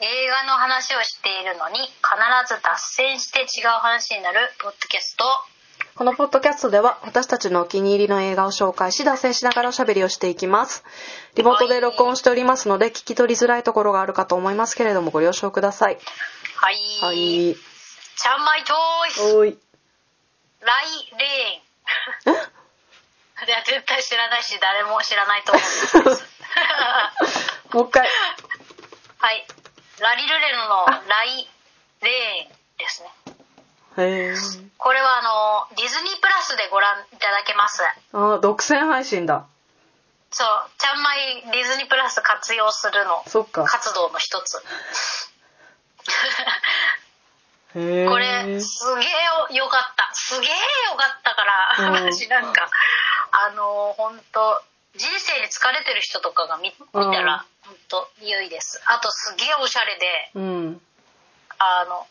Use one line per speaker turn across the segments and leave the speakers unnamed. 映画の話をしているのに必ず脱線して違う話になるポッドキャスト
このポッドキャストでは私たちのお気に入りの映画を紹介し脱線しながらおしゃべりをしていきますリモートで録音しておりますので聞き取りづらいところがあるかと思いますけれどもご了承ください
はい、
はい
ちゃんまいチョイス
おい
ライレーン いや絶対知らないし誰も知らないと思うんです
もう一回
はいラリルレロのライレーンですね
へえ
これはあのディズニープラスでご覧いただけます
あー独占配信だ
そうちゃんまいディズニープラス活用するの
そっか
活動の一 つ
へえ
これすげえよよかったすげえよかったから
うん
私なんかあの本当人生に疲れてる人とかが見見たら本当良いですあとすげえおしゃれで
うん
あのも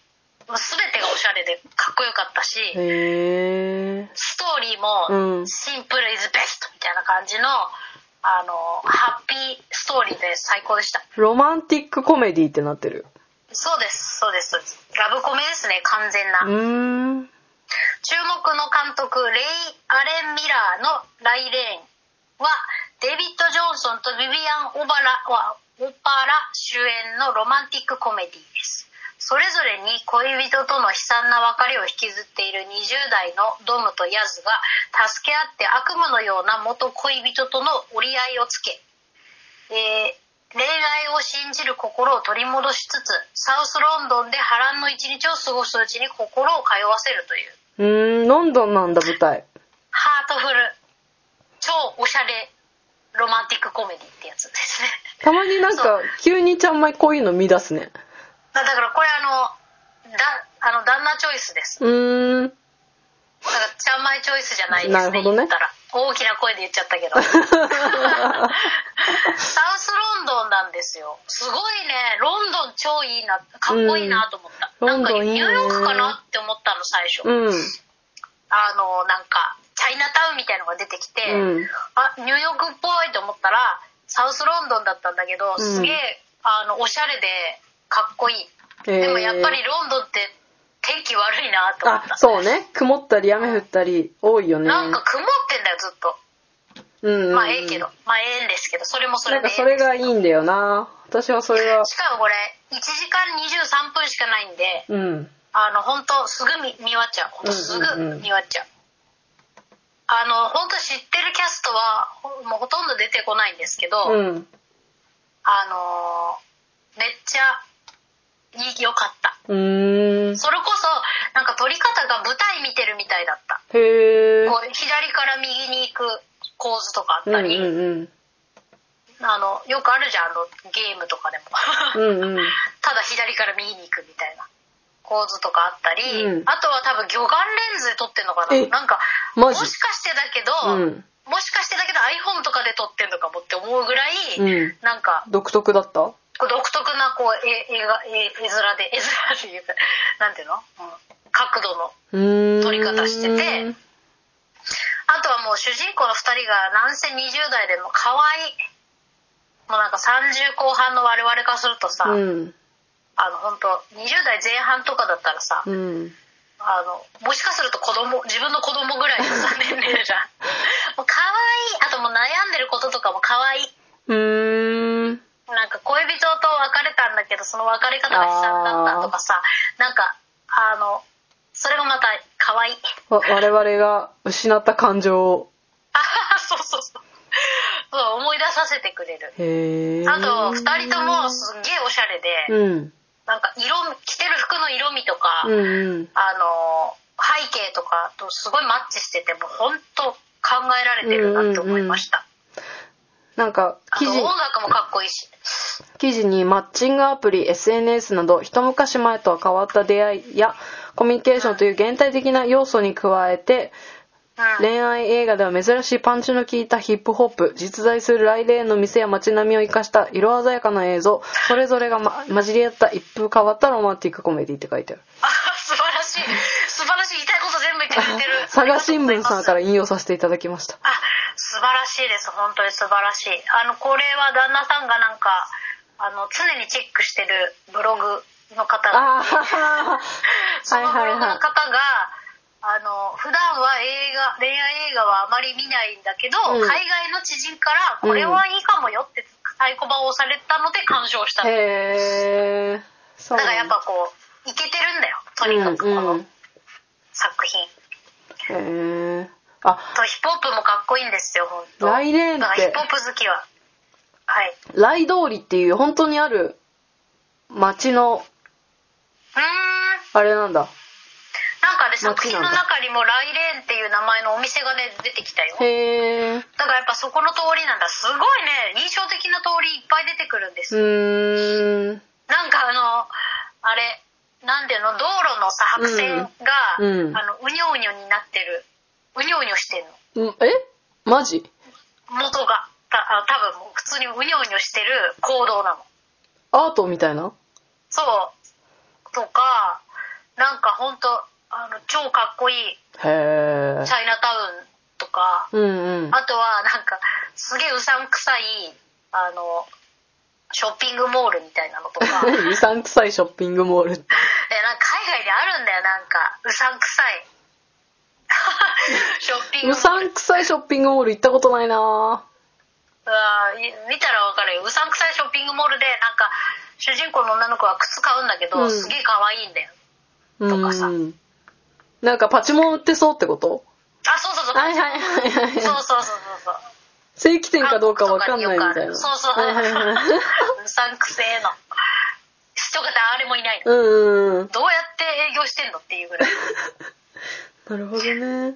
う全てがおしゃれでかっこよかったし
へえ
ストーリー
う
も
ん
シンプルイズベストみたいな感じのあのハッピーストーリーで最高でした
ロマンティックコメディってなってる
そうですそうですそうですラブコメですね完全な
うーん
注目の監督レイ・アレン・ミラーの「ライレーン」はデビッド・ジョンソンとビビアン・オバラはオパラ主演のロマンティックコメディですそれぞれに恋人との悲惨な別れを引きずっている20代のドムとヤズが助け合って悪夢のような元恋人との折り合いをつけえー恋愛を信じる心を取り戻しつつサウスロンドンで波乱の一日を過ごすうちに心を通わせるという
うーんロンドンなんだ舞台
ハートフル超おしゃれロマンティックコメディってやつですね
たまになん
そ
か急にちゃんまいこういうの見出すね
だだからこれあのだあの旦那チョイスです
うーん
なんかちゃんまいチョイスじゃないですね
なるほどね
言ったら大きな声で言っちゃったけど サウスロンドンなんですよすごいねロンドン超いいなかっこいいなと思った、
うん
なんか
ロンドンいい
ニ
ね
ューヨークかなって思ったの最初、
うん
あのなんかチャイナタウンみたいのが出てきて、
うん
あニューヨークっぽいと思ったらサウスロンドンだったんだけど、
うん
すげえあのおしゃれでかっこいい、
へー
でもやっぱりロンドンって天気悪いなと思
あ
った、
そうね曇ったり雨降ったり多いよね
なんか曇ってんだよずっと
うんうん
まあええけどまあええんですけどそれもそれ
なん
で
かそれがいいんだよな私はそれは
しかもこれ1時間23分しかないんで
うん
あの本当すぐ見見終わっちゃう本当すぐ
うんうんうん
見終わっちゃう,、あの本当知ってるキャストはほもうほとんど出てこないんですけど、
うん
あのーめっちゃいい良かった
うーん
それこそなんか撮り方が舞台見てるみたいだった
へえ
こう左から右に行く構図とかあ
う
っ
んう
た
ん
り、
うん
あのよくあるじゃんあのゲームとかでも
うんうん
ただ左から右に行くみたいな構図とかあったり、
うん
あとは多分魚眼レンズで撮ってんのかな
え
なんか
マ
も
ジ
しかしてだけど、
うん
もしかしてだけど iPhone とかで撮ってんのかもって思うぐらい、
うん
なんか
独特だった
こう独特なこう絵絵が絵絵面で絵面で言うかなんていうの、うん角度の
うーん
撮り方しててあとはもう主人公の2人がなんせ20代でも可愛いもうなんか30後半の我々からするとさ、
うん
あの本当20代前半とかだったらさ、
うん
あのもしかすると子供自分の子供ぐらいのさ年齢じゃんも う可愛いあともう悩んでることとかも可愛いう
ーん
なんか恋人と別れたんだけどその別れ方が悲惨だったとかさなんかあのそれがまた可愛い
わ我々が失った感情を
あそうそうそうそう思い出させてくれる
へえ
あと2人ともすっげえおしゃれで、
うん
なんか色着てる服の色味とか、
うんうん
あの背景とかとすごいマッチしててもう本当考えられてるなって思いました、
なんか記
あと
事
音楽もかっこいいし
記事にマッチングアプリ SNS など一昔前とは変わった出会いやコミュニケーションという現代的な要素に加えて
うん
恋愛映画では珍しいパンチの効いたヒップホップ実在するライレーンの店や街並みを生かした色鮮やかな映像それぞれが、ま、混じり合った一風変わったロマンティックコメディって書いてある
あ素晴らしい素晴らしい言いたいこと全部言ってくれてる
佐賀新聞さんからら引用させていただきました
あ素晴らしいです本当に素晴らしいあのこれは旦那さんがなんかあの常にチェックしてるブログの方が
ああ
そ
はい
のブ
はい
ログ
は
の
い
方が、あの普段は映画恋愛映画はあまり見ないんだけど、
うん
海外の知人から「これはいいかもよ」って太鼓判を押されたので鑑賞したの、
へえそう
だ
な
からやっ
んだ
ぱこういけてるんだよとにかくこ
うんう
の
ん
作品、
へえあ
とヒップホップもかっこいいんですよ本当
ライレーン
だ
っ
からヒッ
て
プホップ好きははい
ライ通りっていう本当にある街の
うーん
あれなんだ
なんかね
も
作
ち
品
ろ
の
んだ
中にもライレーンっていう名前のお店がね出てきたよ
へえ
だからやっぱそこの通りなんだすごいね印象的な通りいっぱい出てくるんで
う
すよ、
ーん
なんかあのあれなんていうの道路のさ白線が、
うんうん
あのうにょうにょになってるうにょうにょしてんの
うんえマジ
元がたあ多分もう普通にうにょうにょしてる行動なの
アートみたいな
そうとかなんかほんとあの超かっこいい
へえ
チャイナタウンとか
うんうん
あとはなんかすげえうさんくさいあのショッピングモールみたいなのと かえなんか
うさんくさいショッピングモール
海外であるんだよなんかうさんくさい ショッピング
うさんくさいショッピングモール行ったことないな
うわーい見たらわかるようさんくさいショッピングモールでなんか主人公の女の子は靴買うんだけど、
うん
すげえ可愛いんだよ
う
とかさ
んなんかパチモン売ってそうってこと
あそうそうそう、
はいはいはいはい
そうそうそうそうそう
正規店かどうかわかんないみたいな
そうそう
はいはいはい う
さんくせえの人が誰もいないの
うんうん
どうやって営業してんのっていうぐらい
なるほどね
なので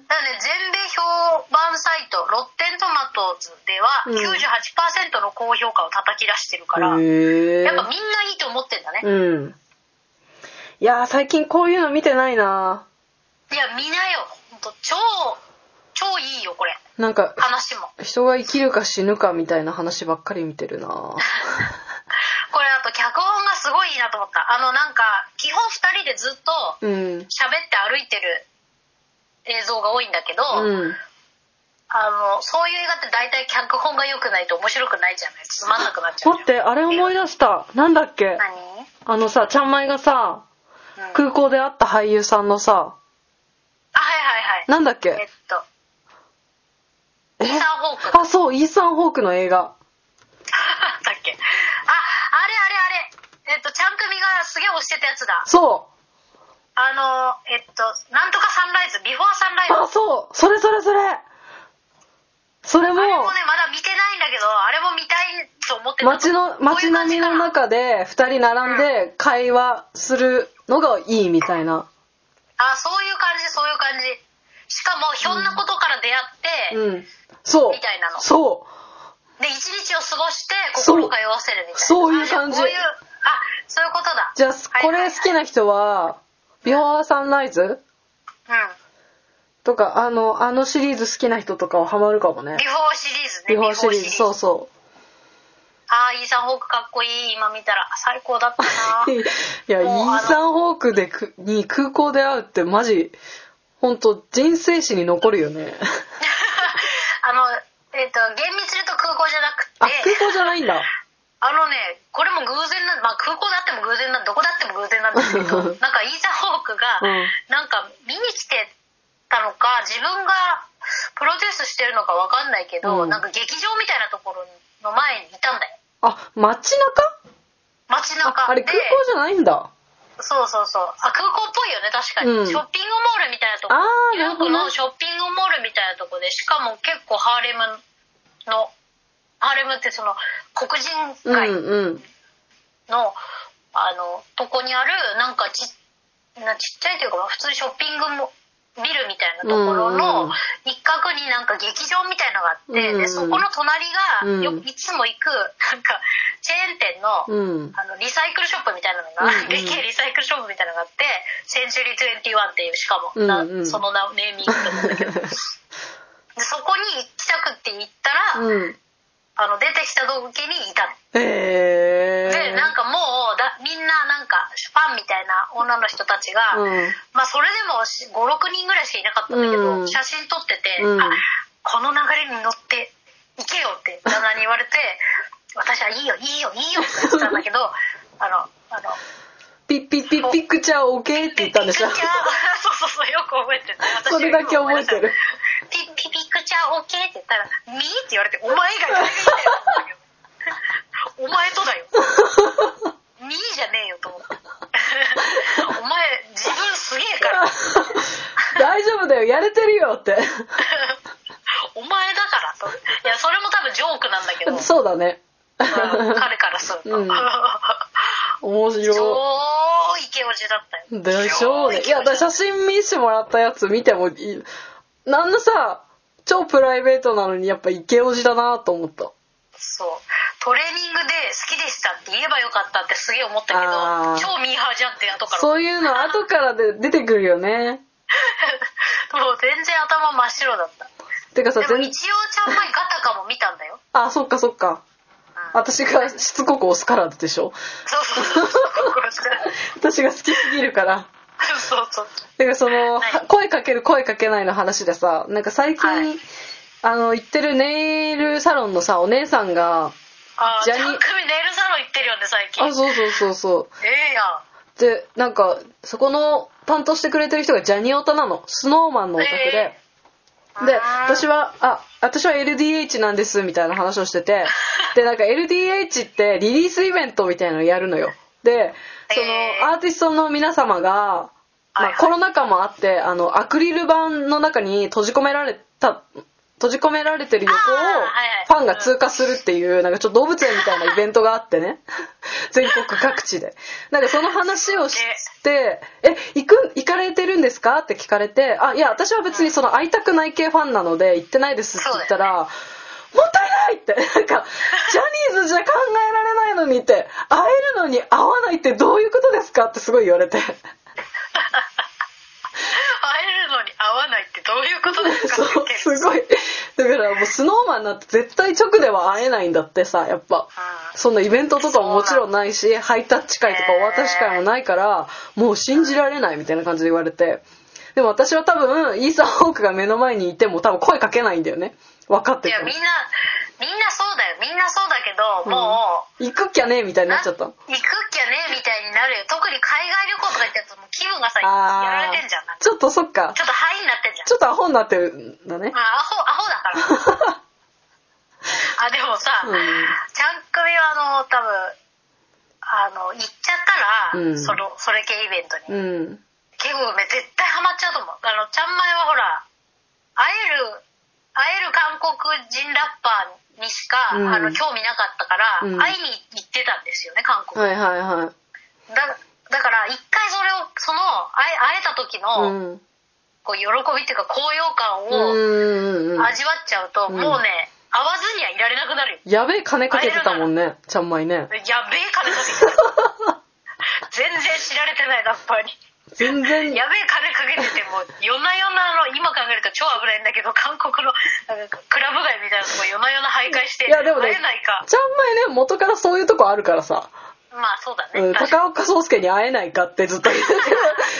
全米評判サイトロッテントマトーズでは
うん
98%の高評価を叩き出してるから、
へえ
やっぱみんないいと思ってんだね、
うんいやー最近こういうの見てないない
や見なよほんと超超いいよこれ
なんか
話も
人が生きるか死ぬかみたいな話ばっかり見てるな
これあと脚本がすごいいいなと思ったあのなんか基本2人でずっと
うん
喋って歩いてる映像が多いんだけど、
うん
あのそういう映画って大体脚本が良くないと面白くないじゃないつまんなくなっちゃう
待ってあれ思い出したなんだっけ
何、
あのさちゃんまいがさ
うん
空港で会った俳優さんのさ
あはいはいはい
なんだっ
え
け
っと
え
イーサン・ホークだ
あそうイーサン・ホークの映画
っけああれあれあれえっとちゃん組がすげえ推してたやつだ
そ
あのえっとなんとかサンライズビフォーサンライ
うあ
ズ
そうそれそれそれそれも
あれもねまだ見てないんだけどあれも見たいと思ってた
街の街並みの
こういう感じかな
中で2人並んで会話するのがいいみたいな
あそういう感じそういう感じしかもひょんなことから出
う
会って、
んそう
みたいなの
そう
で一日を過ごして心通わせるみたいな
そうそういう感じ
あこういうあそういうことだ
じゃあすこれ好き
な
な人は「ビフォーサンライズ
うん」
とかあのあのシリーズ好きな人とかはハマるかもね
ビフォーシリーズね
ビフォーシリーズそうそう
ああイーサン・ホークかっこいい今見たら最高だったな
いや、イ
もうあの
ーサン・ホークでくに空港で会うってマジ、ほんと人生史に残るよね。
あのえっ、と厳密に言うと空港じゃなくて
あ、空港じゃないんだ。
あのねこれも偶然なんまあ空港であっても偶然なんどこだっても偶然なんですけどなんかイーサン・ホークが、
うん
なんか見に来てたのか自分がプロデュースしてるのかわかんないけど、
うん
なんか劇場みたいなところの前にいたんだよ
あ、街
街
中あ
中
あれ
で
空港じゃないんだ。あ
そうそうそうあ空港っぽいよね確かに、
うん
ショッピングモールみたいなとこ
あー、
ニュ
な
ーヨー
るほ
ク
ど
の
ね。
ショッピングモールみたいなとこでしかも結構ハーレムのハーレムってその黒人
うん
街
うん。
の,、あのとこにあるなんかちなちっちゃいというかまあ普通にショッピングモビルみたいなところ
うんう
の
んうん
一角になんか劇場みたいのがあって、
うんうん
でそこの隣がよ
うん
いつも行くなんかチェーン店の、
うん。
あのリサイクルショップみたいなのが、
うんうん
でっけえリサイクルショップみたいなのがあってセンチュリー21っていうしかも、
うん
な
うん
そのなネーミングだったんだけどでそこに行きたくって行ったら、
うん。
あの出てきた時にいたの
え
で
ー。
なんかもうだみんななんかファンみたいな女の人たちが、まあそれでも56人ぐらいしかいなかったんだけど、
うん
写真撮ってて、
うん
あこの流れに乗って行けよって旦那に言われて私はいいよいいよいいよって言ってたんだけどあのあの
ピッピッピッピックチャーオーケーって言ったんでし
ピッ
ょ
クチャー そうそうそうよく覚えてる私
それだけ覚えてる
ピッピピックチャーオーケーって言ったら「ミー」って言われて「お前が誰が言ったよ」お前とだよ「ミー」じゃねえよと思ってお前自分すげえから
大丈夫だよやれてるよって
お前だからといやそれも多分ジョークなんだけど、
そうだね
うん彼からすると、
うん面白
超イケオジだったよ
いでしょうねいやだから写真見してもらったやつ見てもいいなんでさ超プライベートなのにやっぱイケオジだなと思った
そうトレーニングで好きでしたって言えばよかったってすげえ思ったけど
あー
超ミーハーじゃんって後から
そういうの後からで出てくるよね
もう全然頭真っ白だった
てかさ
でも
全
一応ちゃんまいガタカも見たんだよ、
あそっかそっか
うん、
私がしつこく押すからでしょ
そうそう そうそ
私が好きすぎるから
うそうそう
だからその、
はい
は声かける声かけないの話でさなんか最近、
はい
あの行ってるネイルサロンのさお姉さ んが
ああ
ジ
ジ
ャ
ャ
ニ
ニ組ネイルサロン行ってるよね最近
あそうそうそうそ
ええやん
うでなんかそこの担当してくれてる人がジャニオタなのスノーマンのお宅で、
え
で
あー
私はあ私は LDH なんですみたいな話をし ててでなんか LDH ってリリースイベントみたいなのやるのよでその、
えー
アーティストの皆様が、まあ
はいはい
コロナ禍もあってあのアクリル板の中に閉じ込められた閉じ込められてる横を
あーはいはい
ファンが通過するっていうなんかちょっと動物園みたいなイベントがあってね全国各地でなんかその話をして「え行く行かれてるんですか?」って聞かれて「あいや私は別にその会いたくない系ファンなので行ってないです」って言ったら「もったいない!」って なんか「ジャニーズじゃ考えられないのに」って「会えるのに会わないってどういうことですか?」ってすごい言われて
会えるのに会わないってどういうことですか
そう
って言ってる
すごいだからもうスノーマンなんて絶対直では会えないんだってさやっぱ。
うん
そんなイベントとかももちろんないしハイタッチ会とかお渡し会もないからもう信じられないみたいな感じで言われてでも私は多分イーサン・ホークが目の前にいても多分声かけないんだよね分かって
いや
るか
みん
ら
なみんなそうだよみんなそうだけど、
うん
もう
行くっきゃねみたいになっちゃった
行くっきゃねえみたいになるよ特に海外旅行とか行ったやつもう気分がさ
あ
やられてんじゃん
ーちょっとそっか
ちょっと範囲になってんじゃん
ちょっとアホになってるんだね
あアホアホだからあでもさ、ちゃ
うん
ん組はあの多分あの行っちゃったら、
うん
そのそれ系イベントに、
うん
結構ね絶対ハマっちゃうと思うあのちゃんまいはほら会える会える韓国人ラッパーにしか、
うん
あの興味なかったから、
うん
会いに行ってたんですよね韓国、
はいはいは
だだから一回それをその会え会えた時
い
の、
うん
こう喜びっていうか高揚感
うん
を
うんうん
味わっちゃうと、
うん
もうね会わずにはいられなくなるよ
やべえ金かけてたもんねちゃんまい ね
やべえ金かけてる全然知られてないラッパーに
全
や
然
べえ金かけてても夜な夜なあの今考えると超危ないんだけど韓国のなんかクラブ街みたいなとこ夜な夜な徘徊して
いやでもね
会えないか
ちゃんまいね元からそういうとこあるからさ
まあそうだ
う
ね
ん、
確か
高岡壮介に会えないかってずっと言ってて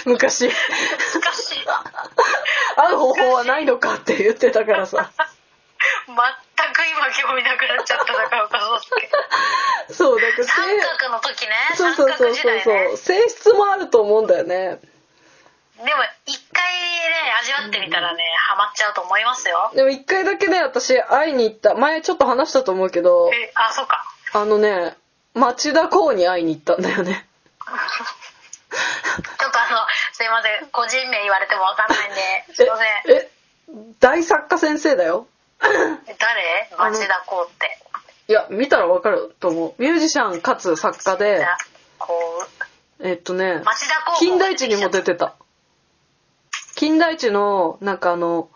昔
に難しい
会う方法はないのかって言ってたからさ
全く今興味なくなっちゃった高岡壮介
そうだから
三角の時ね
そう
三
そうそ
角
う
時
そう
代
そ
ね
う性質もあると思うんだよね
でも一回ね味わってみたらねハマっちゃうと思いますよ
でも一回だけね私会いに行った前ちょっと話したと思うけど
えあそうか
あのね町田公に会いに行ったんだよね
ちょっとあのすいません個人名言われてもわかんないんですいません
ええ大作家先生だよ
誰
あの
町田こうって
いや見たらわかると思うミュージシャンかつ作家で
こう
えっとね
町田高校
金田一にも出てた金田一のなんかあの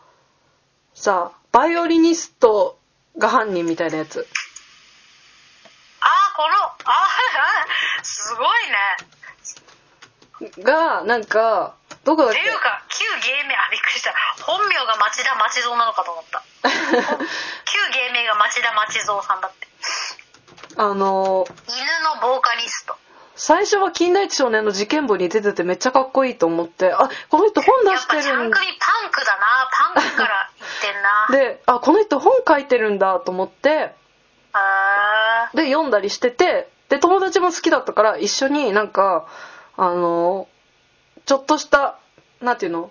さバイオリニストが犯人みたいなやつ
ああこのああすごいね
がなんかどこだ
っ
って
いう
け
か旧芸名あびっくりした本名が町田町蔵なのかと思った旧芸名が町田町蔵さんだって
あの
犬のボーカリスト
最初は金田一少年の事件簿に出ててめっちゃかっこいいと思ってあこの人本出
やっ
し
ぱ
て
ちゃ
るん
ん組パンクだなパンク からいってんな
であこの人本書いてるんだと思って
あー
で読んだりしててで友達も好きだったから一緒になんかあのちょっとしたなんていうの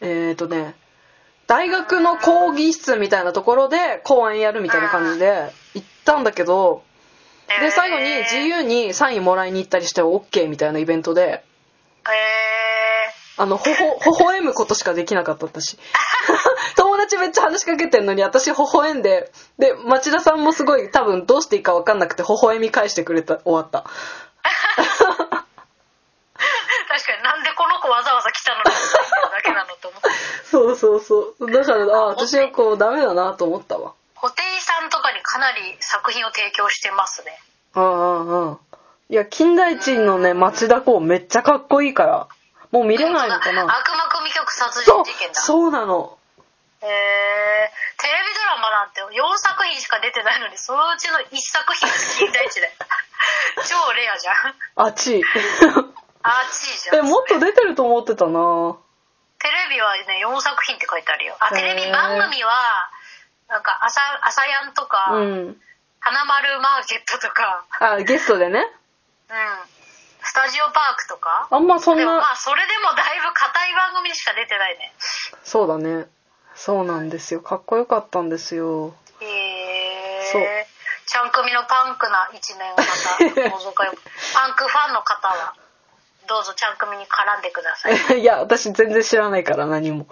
えっ、ー、とね大学の講義室みたいなところで講演やるみたいな感じで行ったんだけどで最後に自由にサインもらいに行ったりして OK みたいなイベントであのほほ微笑むことしかできなかった私 友達めっちゃ話しかけてんのに私微笑んでで町田さんもすごい多分どうしていいか分かんなくて微笑み返してくれた終わった
確かになんでこの子わざわざ来たのにだけなのと思って
そうそうそうだからあ私はこうダメだなと思ったわ
布袋さんとかにかなり作品を提供してますね
うんうんうんいや金田一のね町田公めっちゃかっこいいからもう見れないのかな
悪魔組曲殺人
そう
事件だ
そうなの
へえテレビドラマなんて4作品しか出てないのにそのうちの1作品が金田一だよ 超レアじゃん
あちい
あっちいじゃん
えもっと出てると思ってたな
テレビはね4作品って書いてあるよあ
へー
テレビ番組はなんか朝「朝やん」とか、
うん
花丸マーケット」とか、
あゲストでね
うん「スタジオパーク」とか
あんまそん
でもま
な
あそれでもだいぶ硬い番組にしか出てないね
そうだねそうなんですよかっこよかったんですよ
へえ
そう
ちゃん組のパンクな一面をまた覗かれ パンクファンの方はどうぞちゃん組に絡んでくだ さい
いや私全然知らないから何も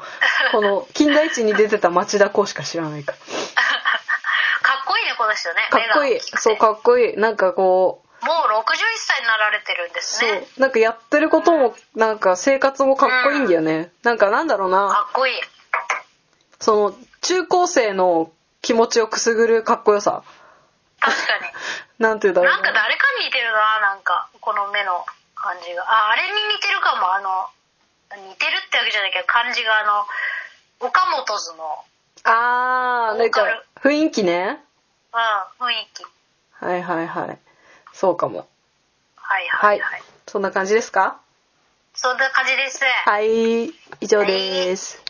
この金田一に出てた町田公しか知らないから
かっこいいねこの人ね
かっこい
目が大
い
きくて
そうかっこいいなんかこう
もう61歳になられてるんです
そ
ね
うなんかやってることもなんか生活もかっこいいんだよね、なんかなんだろうな
かっこいい
その中高生の気持ちをくすぐるかっこよさ
確か に
なんていうんだろう
なんか誰かに似てるななんかこの目の感じがああれに似てるかもあの似てるってわけじゃないけど感じがあの岡本図の、う
あーなんか
わかる
雰囲気ね
ん、雰囲気
はいはいはいそうかも
はい
は、
はいいはい、
そんな感じですか
そんな感じです
はい以上です、